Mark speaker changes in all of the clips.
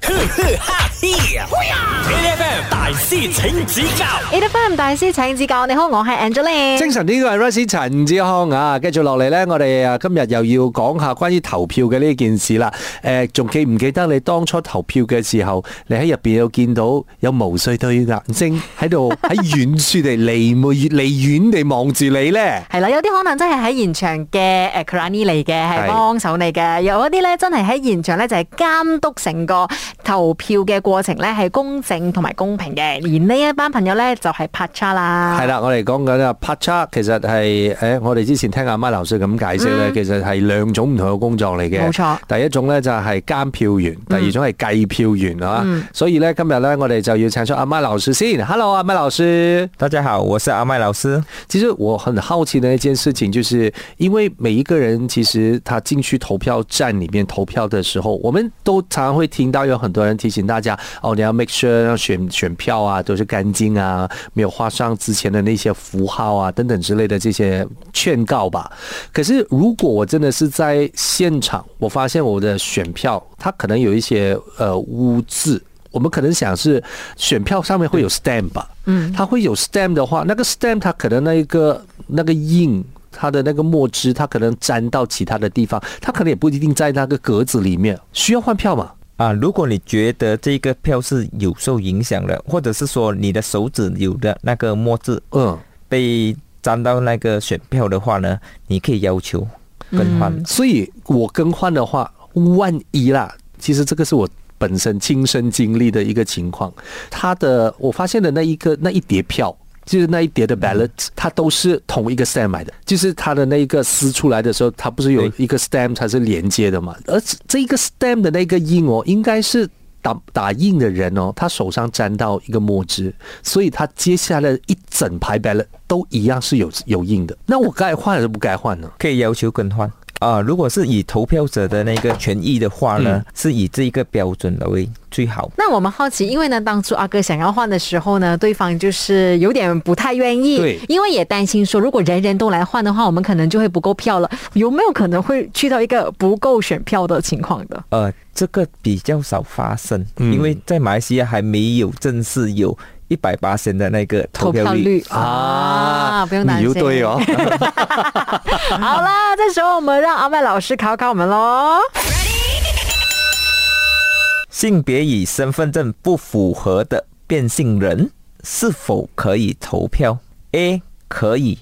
Speaker 1: 哈嘿，A.F.M. 大師請指教
Speaker 2: ，A. F. M. 大師請指教。你好，我係 Angeline。
Speaker 3: 精神呢個係 Rusty 陳志康啊，繼續落嚟呢，我哋啊今日又要講下關於投票嘅呢件事啦。誒，仲記唔記得你當初投票嘅時候，你喺入邊有見到有無數對眼睛喺 度喺遠處地離沒離遠地望住你呢？
Speaker 2: 係啦，有啲可能真係喺現場嘅誒 Karani 嚟嘅，係
Speaker 3: 係
Speaker 2: 幫手你嘅；有一啲咧真係喺現場咧就係監督成個投票嘅過程咧係公正同埋公平嘅。而呢一班朋友咧就係 p a c h a 啦，
Speaker 3: 係啦，我哋講緊啊 p a c h a 其實係誒、我哋之前聽阿媽劉瑞咁解釋咧，其實係兩種唔同嘅工作嚟嘅。
Speaker 2: 冇錯
Speaker 3: 第一種咧就係監票員，第二種係計票員啊。所以咧今日咧我哋就要請出阿媽劉瑞先。Hello，阿媽劉瑞。
Speaker 4: 大家好，我是阿麦老师。
Speaker 3: 其實我很好奇的一件事情，就是因为每一个人其实他进去投票站里面投票的时候，我们都常常会听到有很多人提醒大家，哦，你要 make sure 要选选票啊，都是干净啊，没有画上之前的那些符号啊等等之类的这些劝告吧。可是如果我真的是在现场，我发现我的选票它可能有一些呃污渍。我们可能想是选票上面会有 stamp 吧，嗯，它会有 stamp 的话，那个 stamp 它可能那一个那个印。它的那个墨汁，它可能沾到其他的地方，它可能也不一定在那个格子里面，需要换票嘛？
Speaker 4: 啊，如果你觉得这个票是有受影响的，或者是说你的手指有的那个墨汁
Speaker 3: 嗯，
Speaker 4: 被沾到那个选票的话呢，你可以要求更换。
Speaker 3: 所以我更换的话，万一啦，其实这个是我本身亲身经历的一个情况。它的我发现的那一个那一叠票，就是那一叠的 ballot，它都是同一个 stamp 买的，就是它的那一个撕出来的时候，它不是有一个 stamp 它是连接的嘛？而这一个 stamp 的那个印哦，应该是。打打印的人哦，他手上沾到一个墨汁，所以他接下来的一整排 ballot 都一样是有有印的。那我该换还是不该换呢？
Speaker 4: 可以要求更换。啊，如果是以投票者的那个权益的话呢，是以这一个标准为最好。
Speaker 2: 那我们好奇，因为呢，当初阿哥想要换的时候呢，对方就是有点不太愿意，
Speaker 3: 对
Speaker 2: 因为也担心说，如果人人都来换的话，我们可能就会不够票了，有没有可能会去到一个不够选票的情况的？
Speaker 4: 呃，这个比较少发生，
Speaker 3: 嗯
Speaker 4: 因为在马来西亚还没有正式有一百八千的那个投票率。
Speaker 2: 啊不用担
Speaker 3: 啊你
Speaker 2: 心。
Speaker 3: 又对 哦。
Speaker 2: 好啦，这时候我们让阿麦老师考考我们喽。
Speaker 4: 性别与身份证不符合的变性人是否可以投票？A 可以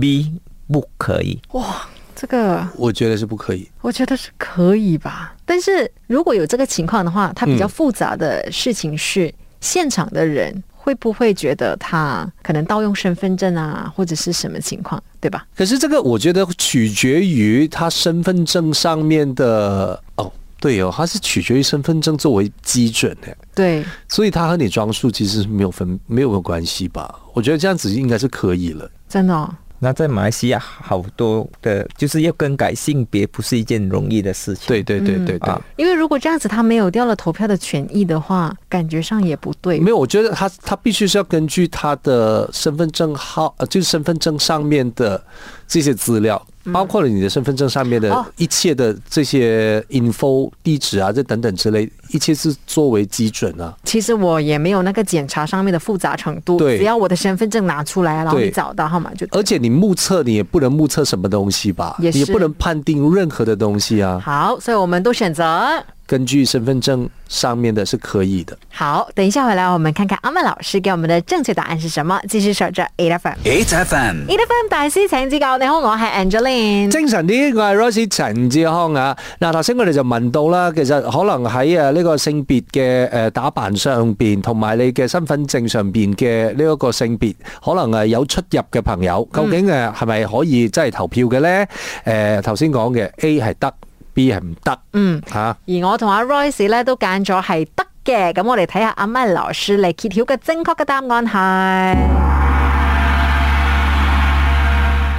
Speaker 4: ，B 不可以。
Speaker 2: 哇，这个
Speaker 3: 我觉得是不可以。
Speaker 2: 我觉得是可以吧，但是如果有这个情况的话，它比较复杂的事情是、现场的人。会不会觉得他可能盗用身份证啊，或者是什么情况，对吧？
Speaker 3: 可是这个我觉得取决于他身份证上面的哦，对哦，它是取决于身份证作为基准的，
Speaker 2: 对，
Speaker 3: 所以它和你装束其实是没有分没有关系吧？我觉得这样子应该是可以了。
Speaker 2: 真的、哦。
Speaker 4: 那在马来西亚，好多的就是要更改性别，不是一件容易的事情。
Speaker 3: 对对对对对。
Speaker 4: 啊，
Speaker 2: 因为如果这样子他没有掉了投票的权益的话，感觉上也不对
Speaker 3: 没。有，我觉得他他必须是要根据他的身份证号，呃，就是身份证上面的这些资料，包括了你的身份证上面
Speaker 2: 嗯哦
Speaker 3: 的一切的这些 info 地址啊，这等等之类，一切是作为基准啊。
Speaker 2: 其实我也没有那个检查上面的复杂程度，
Speaker 3: 对
Speaker 2: 只要我的身份证拿出来，然后
Speaker 3: 对
Speaker 2: 你找到号码就对
Speaker 3: 而且你目测，你也不能目测什么东西吧？
Speaker 2: 也
Speaker 3: 你也
Speaker 2: 是
Speaker 3: 不能判定任何的东西啊。
Speaker 2: 好，所以我们都选择
Speaker 3: 根据身份证上面的是可以的。
Speaker 2: 好，等一下回来，我们看看阿曼老师给我们的正确答案是什么。继续守着 A F M。
Speaker 1: ，H.F.M.
Speaker 2: A F M 大師請指教，你好，我係 Angeline。
Speaker 3: 精神啲，我係 Rosie 陳志康啊！嗱，頭先我哋就問到啦，其實可能喺呃誒呢個性別嘅誒打扮上邊，同埋你嘅身份證上邊嘅呢一個性別，可能誒有出入嘅朋友，究竟誒係咪可以真係投票嘅咧？誒頭先講嘅 A 係得，B 係唔得，
Speaker 2: 嗯，
Speaker 3: 嚇、
Speaker 2: 而我同阿 Royce 咧都揀咗係得嘅，咁我哋睇下阿麥老師嚟揭曉嘅正確嘅答案係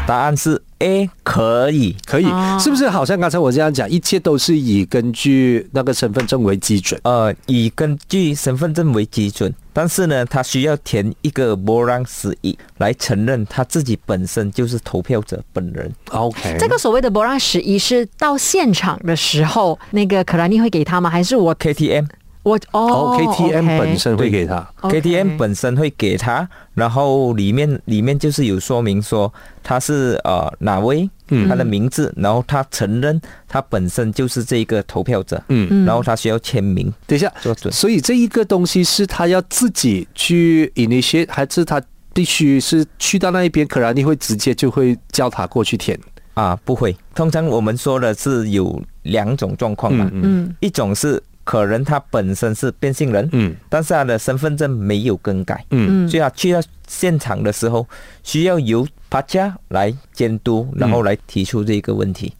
Speaker 4: 答案是 A 可以。
Speaker 3: 可以
Speaker 2: 哦，
Speaker 3: 是不是？好像剛才我這樣講，一切都是以根據那個身份證為基準。
Speaker 4: 呃，以根据身份证为基准，但是呢，他需要填一个波浪十一来承认他自己本身就是投票者本人。
Speaker 3: OK，
Speaker 2: 這個所謂的波浪十一是到現場的時候，那個可兰尼會給他嗎？還是我
Speaker 4: KTM
Speaker 2: 我
Speaker 3: 哦
Speaker 2: 哦
Speaker 3: ，KTM 本身会
Speaker 4: 对
Speaker 3: 给他。
Speaker 4: KTM 本身会给他，然后里面里面就是有说明说他是呃哪位，他的名字，然后他承认他本身就是这一个投票者，嗯，然后他需要签名，
Speaker 3: 等一下
Speaker 4: 做，准
Speaker 3: 所以这一个东西是他要自己去 initiate，还是他必须是去到那一边，可然你会直接就会叫他过去填？
Speaker 4: 啊，不会。通常我们说的是有两种状况嘛，
Speaker 2: 嗯
Speaker 4: 一种是可能他本身是变性人，
Speaker 3: 嗯
Speaker 4: 但是他的身份证没有更改，
Speaker 3: 嗯
Speaker 4: 所以他去到现场的时候，需要由帕加来监督，然后来提出这个问题。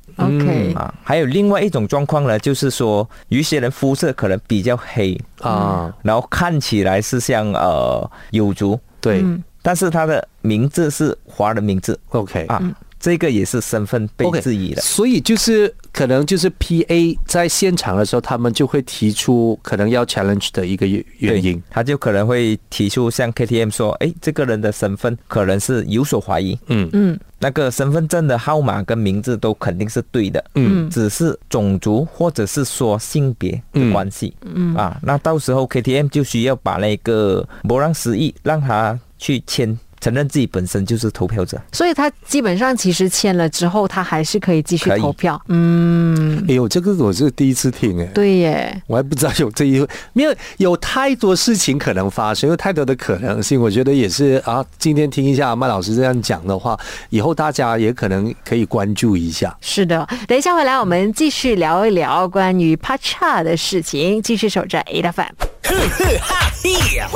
Speaker 3: 嗯
Speaker 2: OK
Speaker 4: 啊，还有另外一种状况呢，就是说有一些人肤色可能比较黑，
Speaker 3: 啊，
Speaker 4: 然后看起来是像呃有族，
Speaker 3: 对
Speaker 4: 但是他的名字是华人名字
Speaker 3: ，OK
Speaker 4: 啊，这个也是身份被
Speaker 3: 嗯 OK，
Speaker 4: 质疑的。
Speaker 3: 所以就是可能就是 PA 在现场的时候，他们就会提出可能要 challenge 的一个原
Speaker 4: 对
Speaker 3: 原因。
Speaker 4: 他就可能会提出向 KTM 说，哎，这个人的身份可能是有所怀疑，
Speaker 3: 嗯
Speaker 2: 嗯
Speaker 4: 那个身份证的号码跟名字都肯定是对的，
Speaker 3: 嗯
Speaker 4: 只是种族或者是说性别的关系，嗯啊，那到时候 KTM 就需要把那个博让十亿让他去签，承认自己本身就是投票者，
Speaker 2: 所以他基本上其实签了之后，他还是可以继续
Speaker 4: 可以
Speaker 2: 投票。嗯，
Speaker 3: 哎呦，这个我是第一次听哎。
Speaker 2: 对耶，
Speaker 3: 我还不知道有这一回，没有有太多事情可能发生，有太多的可能性。我觉得也是啊，今天听一下麦老师这样讲的话，以后大家也可能可以关注一下。
Speaker 2: 是的。等一下回来，我们继续聊一聊关于 Pacha 的事情，继续守在 A F M。
Speaker 1: 哈嘿呀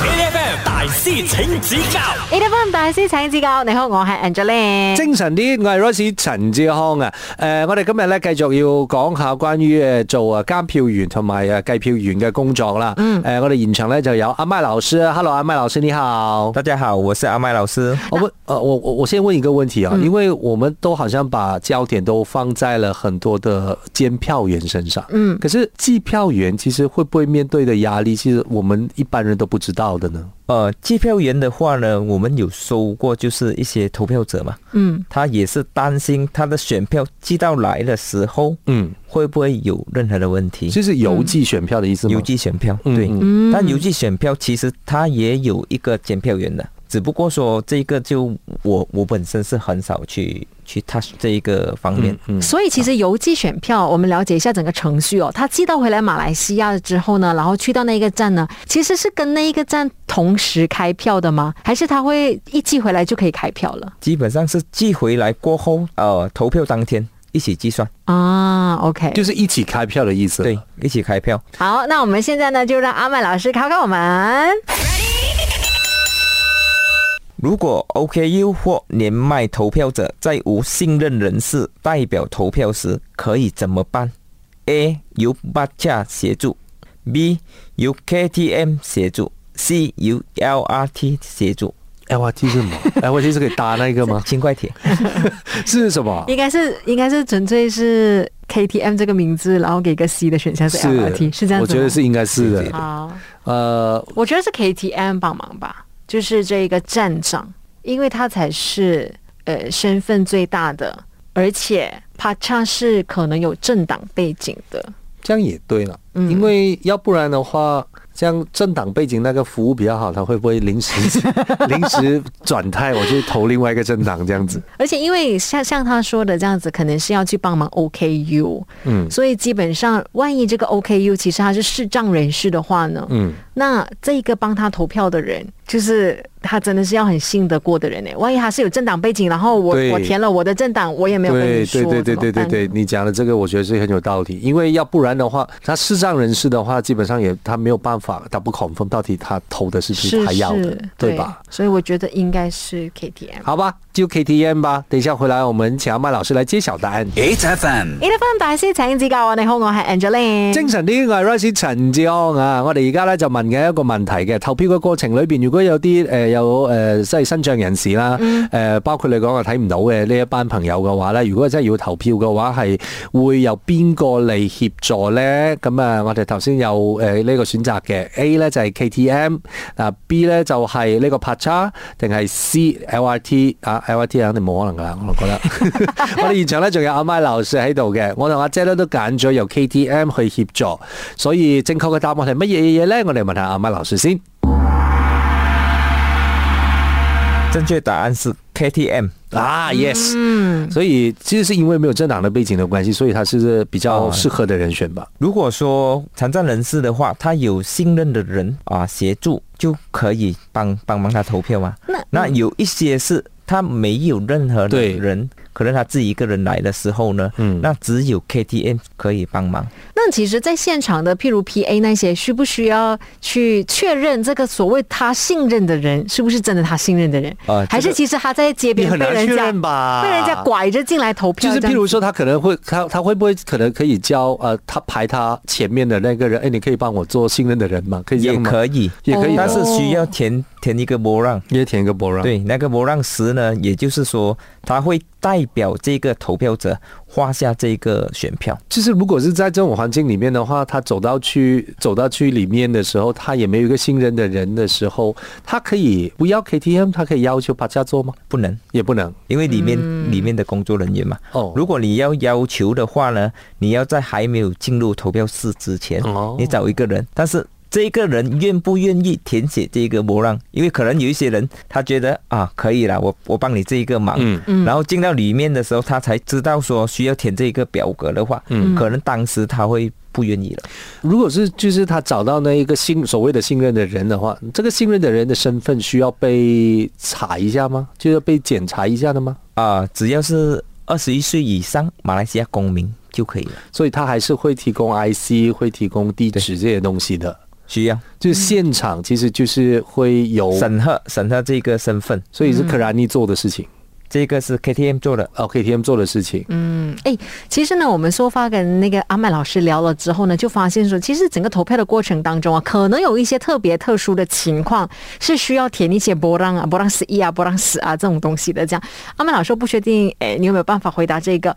Speaker 1: ！A F M 大师请指教
Speaker 2: A F M 大师请指教，你好，我系 Angeline。
Speaker 3: 精神啲，我係 Rosie 陳志康啊！誒、我哋今日咧繼續要講下關於誒做啊監票員同埋誒計票員嘅工作啦。嗯，誒、我哋現場咧就有阿麥老師，Hello，阿麥老師你好。
Speaker 4: 大家好，我是阿麦老师，
Speaker 3: 我问呃，我我我先问一个问题
Speaker 2: 嗯
Speaker 3: 啊，因为我们都好像把焦点都放在了很多的监票员身上，嗯，可是计票员其实会不会面对的压力，其实我们一般人都不知道的呢？
Speaker 4: 呃，计票员的话呢，我们有收过就是一些投票者嘛，
Speaker 2: 嗯，
Speaker 4: 他也是担心他的选票寄到来的时候
Speaker 3: 嗯，
Speaker 4: 会不会有任何的问题，
Speaker 3: 就是邮寄选票的意思吗？
Speaker 4: 邮寄选票，
Speaker 3: 嗯
Speaker 4: 对，
Speaker 2: 嗯
Speaker 4: 但邮寄选票其实它也有一个检票员的，只不过说这个就我我本身是很少去去 touch 这一个方面。
Speaker 3: 嗯
Speaker 2: 所以其实邮寄选票，我们了解一下整个程序哦。它寄到回来马来西亚之后呢，然后去到那一个站呢，其实是跟那一个站同时开票的吗？还是它会一寄回来就可以开票了？
Speaker 4: 基本上是寄回来过后，呃，投票当天一起计算，
Speaker 2: 啊，OK，
Speaker 3: 就是一起开票的意思。
Speaker 4: 对，一起开票。
Speaker 2: 好，那我们现在呢，就让阿麦老师考考我们。
Speaker 4: 如果 OKU 或年迈投票者在无信任人士代表投票时，可以怎么办？A. 由八价协助；B. 由 KTM 协助；C. 由 LRT 协助。
Speaker 3: ，LRT 是什 么？LRT 是可以搭那个吗？
Speaker 4: 轻快铁。
Speaker 3: 是什么？
Speaker 2: 应该是应该是纯粹是 KTM 这个名字，然后给一个 C 的选项是 LRT，是这样
Speaker 3: 我
Speaker 2: 子吗
Speaker 3: 觉得是应该是
Speaker 4: 是
Speaker 3: 的。
Speaker 2: 好，
Speaker 3: 呃，
Speaker 2: 我觉得是 KTM 帮忙吧，就是这个站长，因为他才是呃身份最大的，而且 Pacha 是可能有政党背景的。
Speaker 3: 这样也对了，
Speaker 2: 嗯
Speaker 3: 因为要不然的话，像政党背景那个服务比较好，他会不会临 时临时转态，我去投另外一个政党这样子？
Speaker 2: 而且因为像像他说的这样子，可能是要去帮忙 OKU，
Speaker 3: 嗯
Speaker 2: 所以基本上万一这个 OKU 其实他是视障人士的话呢，
Speaker 3: 嗯，
Speaker 2: 那这一个帮他投票的人，就是他真的是要很信得过的人呢。万一他是有政党背景，然后我
Speaker 3: 对
Speaker 2: 我填了我的政党，我也 没有跟
Speaker 3: 对对
Speaker 2: 你说，
Speaker 3: 对对对对
Speaker 2: 怎么办
Speaker 3: 对，你讲的这个我觉得是很有道理，因为要不然的话，他视障人士的话，基本上也他没有办法，他不 confirm 到底他投的是不
Speaker 2: 是
Speaker 3: 是他要的，
Speaker 2: 是
Speaker 3: 对吧？？
Speaker 2: 所以我觉得应该是 KTM。
Speaker 3: 好吧，就 KTM 吧。等一下回来，我们请阿麦老师来揭晓答案。
Speaker 1: ，H F M。
Speaker 3: 嗯
Speaker 2: e 分大師請指教啊！你好，我係 Angeline。
Speaker 3: 精神啲，我係 Rice 陳志安啊！我哋而家咧就問嘅一個問題嘅。投票嘅過程裏邊，如果有啲誒、呃有誒、呃即係身障人士啦，誒、呃包括你講話睇唔到嘅呢一班朋友嘅話咧，如果真係要投票嘅話，係會由邊個嚟協助咧？咁啊，我哋頭先有誒呢個選擇嘅 A 咧就係 KTM，啊 B 咧就係呢個 p a c h a 定係 C LRT 啊 LRT 肯定冇可能噶啦，我覺 得。我哋現場咧仲有阿媽劉 Sir 喺度嘅，我同阿姐咧都揀咗由 KTM 去協助，所以正確嘅答案係乜嘢嘢咧？我哋問下阿媽劉 Sir 先。
Speaker 4: 正确答案是 KTM。
Speaker 2: 嗯
Speaker 3: 啊，yes，、所以其实是因为没有政党的背景的关系，所以他是比较适合的人选吧。
Speaker 4: 如果说残障人士的话，他有信任的人啊协助，就可以帮帮忙他投票嘛。
Speaker 2: 那
Speaker 4: 有一些是他没有任何的
Speaker 3: 对
Speaker 4: 人，可能他自己一个人来的时候呢，
Speaker 3: 嗯
Speaker 4: 那只有 KTM 可以帮忙。
Speaker 2: 那其实，在现场的，譬如 P A 那些，需不需要去确认这个所谓他信任的人是不是真的他信任的人？
Speaker 4: 呃
Speaker 2: 还是其实他在街
Speaker 3: 啊你
Speaker 2: 边
Speaker 3: 很
Speaker 2: 被
Speaker 3: 难
Speaker 2: 人
Speaker 3: 确
Speaker 2: 家
Speaker 3: 认吧？
Speaker 2: 被人家拐着进来投票
Speaker 3: 就
Speaker 2: 这
Speaker 3: 是
Speaker 2: 样子？
Speaker 3: 譬如说，他可能会他他会不会可能可以教呃，他排他前面的那个人，哎，你可以帮我做信任的人吗？可以这啊
Speaker 4: 也
Speaker 3: 样吗？
Speaker 4: 可以，
Speaker 3: 也可以
Speaker 4: 但
Speaker 3: 的，
Speaker 4: 是需要填填一个波浪。
Speaker 3: 也填一个 b o
Speaker 4: 对，那个波浪石呢，也就是说，他会代表这个投票者画下这个选票。
Speaker 3: 就是如果是在这种环境里面的话，他走到去走到去里面的时候，他也没有一个信任的人的时候，他可以不要 KTM，他可以要求把家做吗？
Speaker 4: 不能，
Speaker 3: 也不能
Speaker 4: 因为里面、里面的工作人员嘛。
Speaker 3: 哦。
Speaker 4: 如果你要要求的话呢，你要在还没有进入投票室之前，
Speaker 3: 哦
Speaker 4: 你找一个人，但是。这个人愿不愿意填写这个波浪？因为可能有一些人，他觉得啊，可以啦，我我帮你这一个忙，
Speaker 3: 嗯
Speaker 4: 然后进到里面的时候，他才知道说需要填这个表格的话，
Speaker 3: 嗯
Speaker 4: 可能当时他会不愿意了。
Speaker 3: 如果是就是他找到那一个信所谓的信任的人的话，这个信任的人的身份需要被查一下吗？就要被检查一下的吗？
Speaker 4: 啊、只要是二十一岁以上马来西亚公民就可以了。
Speaker 3: 所以他还是会提供 IC，会提供地址这些东西的。
Speaker 4: 需要
Speaker 3: 就是现场其实就是会有，
Speaker 4: 审核审核这个身份，
Speaker 3: 所以是
Speaker 2: 嗯
Speaker 3: 克拉尼做的事情，
Speaker 4: 这个是 KTM 做的。
Speaker 3: 哦 KTM 做的事情。
Speaker 2: 嗯，哎，其实呢，我们说发跟那个阿麦老师聊了之后呢，就发现说，其实整个投票的过程当中啊，可能有一些特别特殊的情况是需要填一些波浪啊、波浪十一啊、波浪十啊这种东西的。这样，阿麦老师我不确定，哎，你有没有办法回答这个？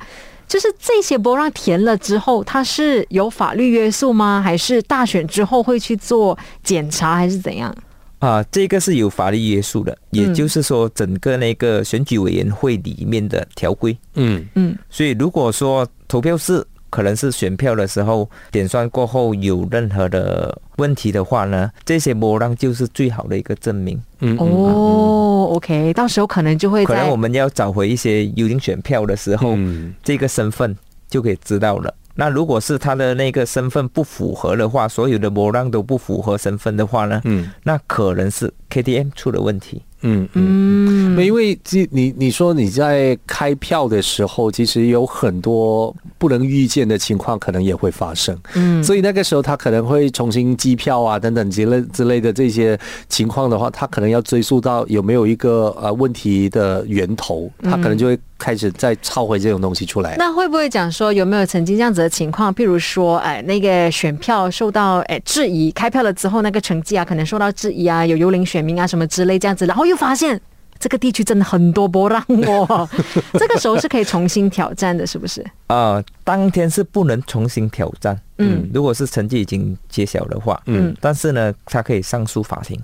Speaker 2: 就是这些波浪填了之后，它是有法律约束吗？还是大选之后会去做检查，还是怎样？
Speaker 4: 啊，这个是有法律约束的，
Speaker 3: 嗯
Speaker 4: 也就是说，整个那个选举委员会里面的条规。
Speaker 3: 嗯，
Speaker 4: 所以，如果说投票是可能是选票的时候点算过后有任何的问题的话呢，这些波浪就是最好的一个证明。
Speaker 3: 嗯
Speaker 2: 哦，OK，到时候可能就会
Speaker 4: 可能
Speaker 2: 在
Speaker 4: 我们要找回一些幽灵选票的时候，
Speaker 3: 嗯
Speaker 4: 这个身份就可以知道了。那如果是他的那个身份不符合的话，所有的波浪都不符合身份的话呢，
Speaker 3: 嗯
Speaker 4: 那可能是 KTM 出了问题。
Speaker 3: 嗯嗯，没因为这你你说你在开票的时候，其实有很多不能预见的情况，可能也会发生。
Speaker 2: 嗯
Speaker 3: 所以那个时候他可能会重新机票啊等等之类之类的这些情况的话，他可能要追溯到有没有一个呃问题的源头，他
Speaker 2: 嗯
Speaker 3: 可能就会开始再抄回这种东西出来。
Speaker 2: 那会不会讲说有没有曾经这样子的情况？譬如说，哎，那个选票受到哎质疑，开票了之后那个成绩啊，可能受到质疑啊，有幽灵选民啊什么之类这样子，然后又发现这个地区真的很多波浪 哦，这个时候是可以重新挑战的，是不是？
Speaker 4: 呃，当天是不能重新挑战。
Speaker 2: 嗯，
Speaker 4: 如果是成绩已经揭晓的话，
Speaker 3: 嗯，
Speaker 4: 但是呢，他可以上诉法庭，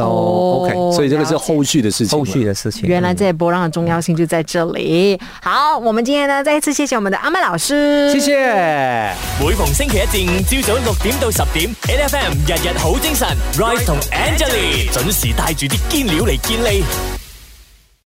Speaker 3: 哦，OK，所以这个是
Speaker 2: 了解
Speaker 3: 后续的事情了。
Speaker 4: 后续的事情。
Speaker 2: 原来这些波浪的重要性就在这里。好，我们今天呢再一次谢谢我们的阿麦老师，
Speaker 4: 嗯
Speaker 3: 谢谢。
Speaker 1: 每逢星期一至五朝早六點到十點，N F M 日日好精神，Rise 同 Angelie 準時帶住啲堅料嚟健利。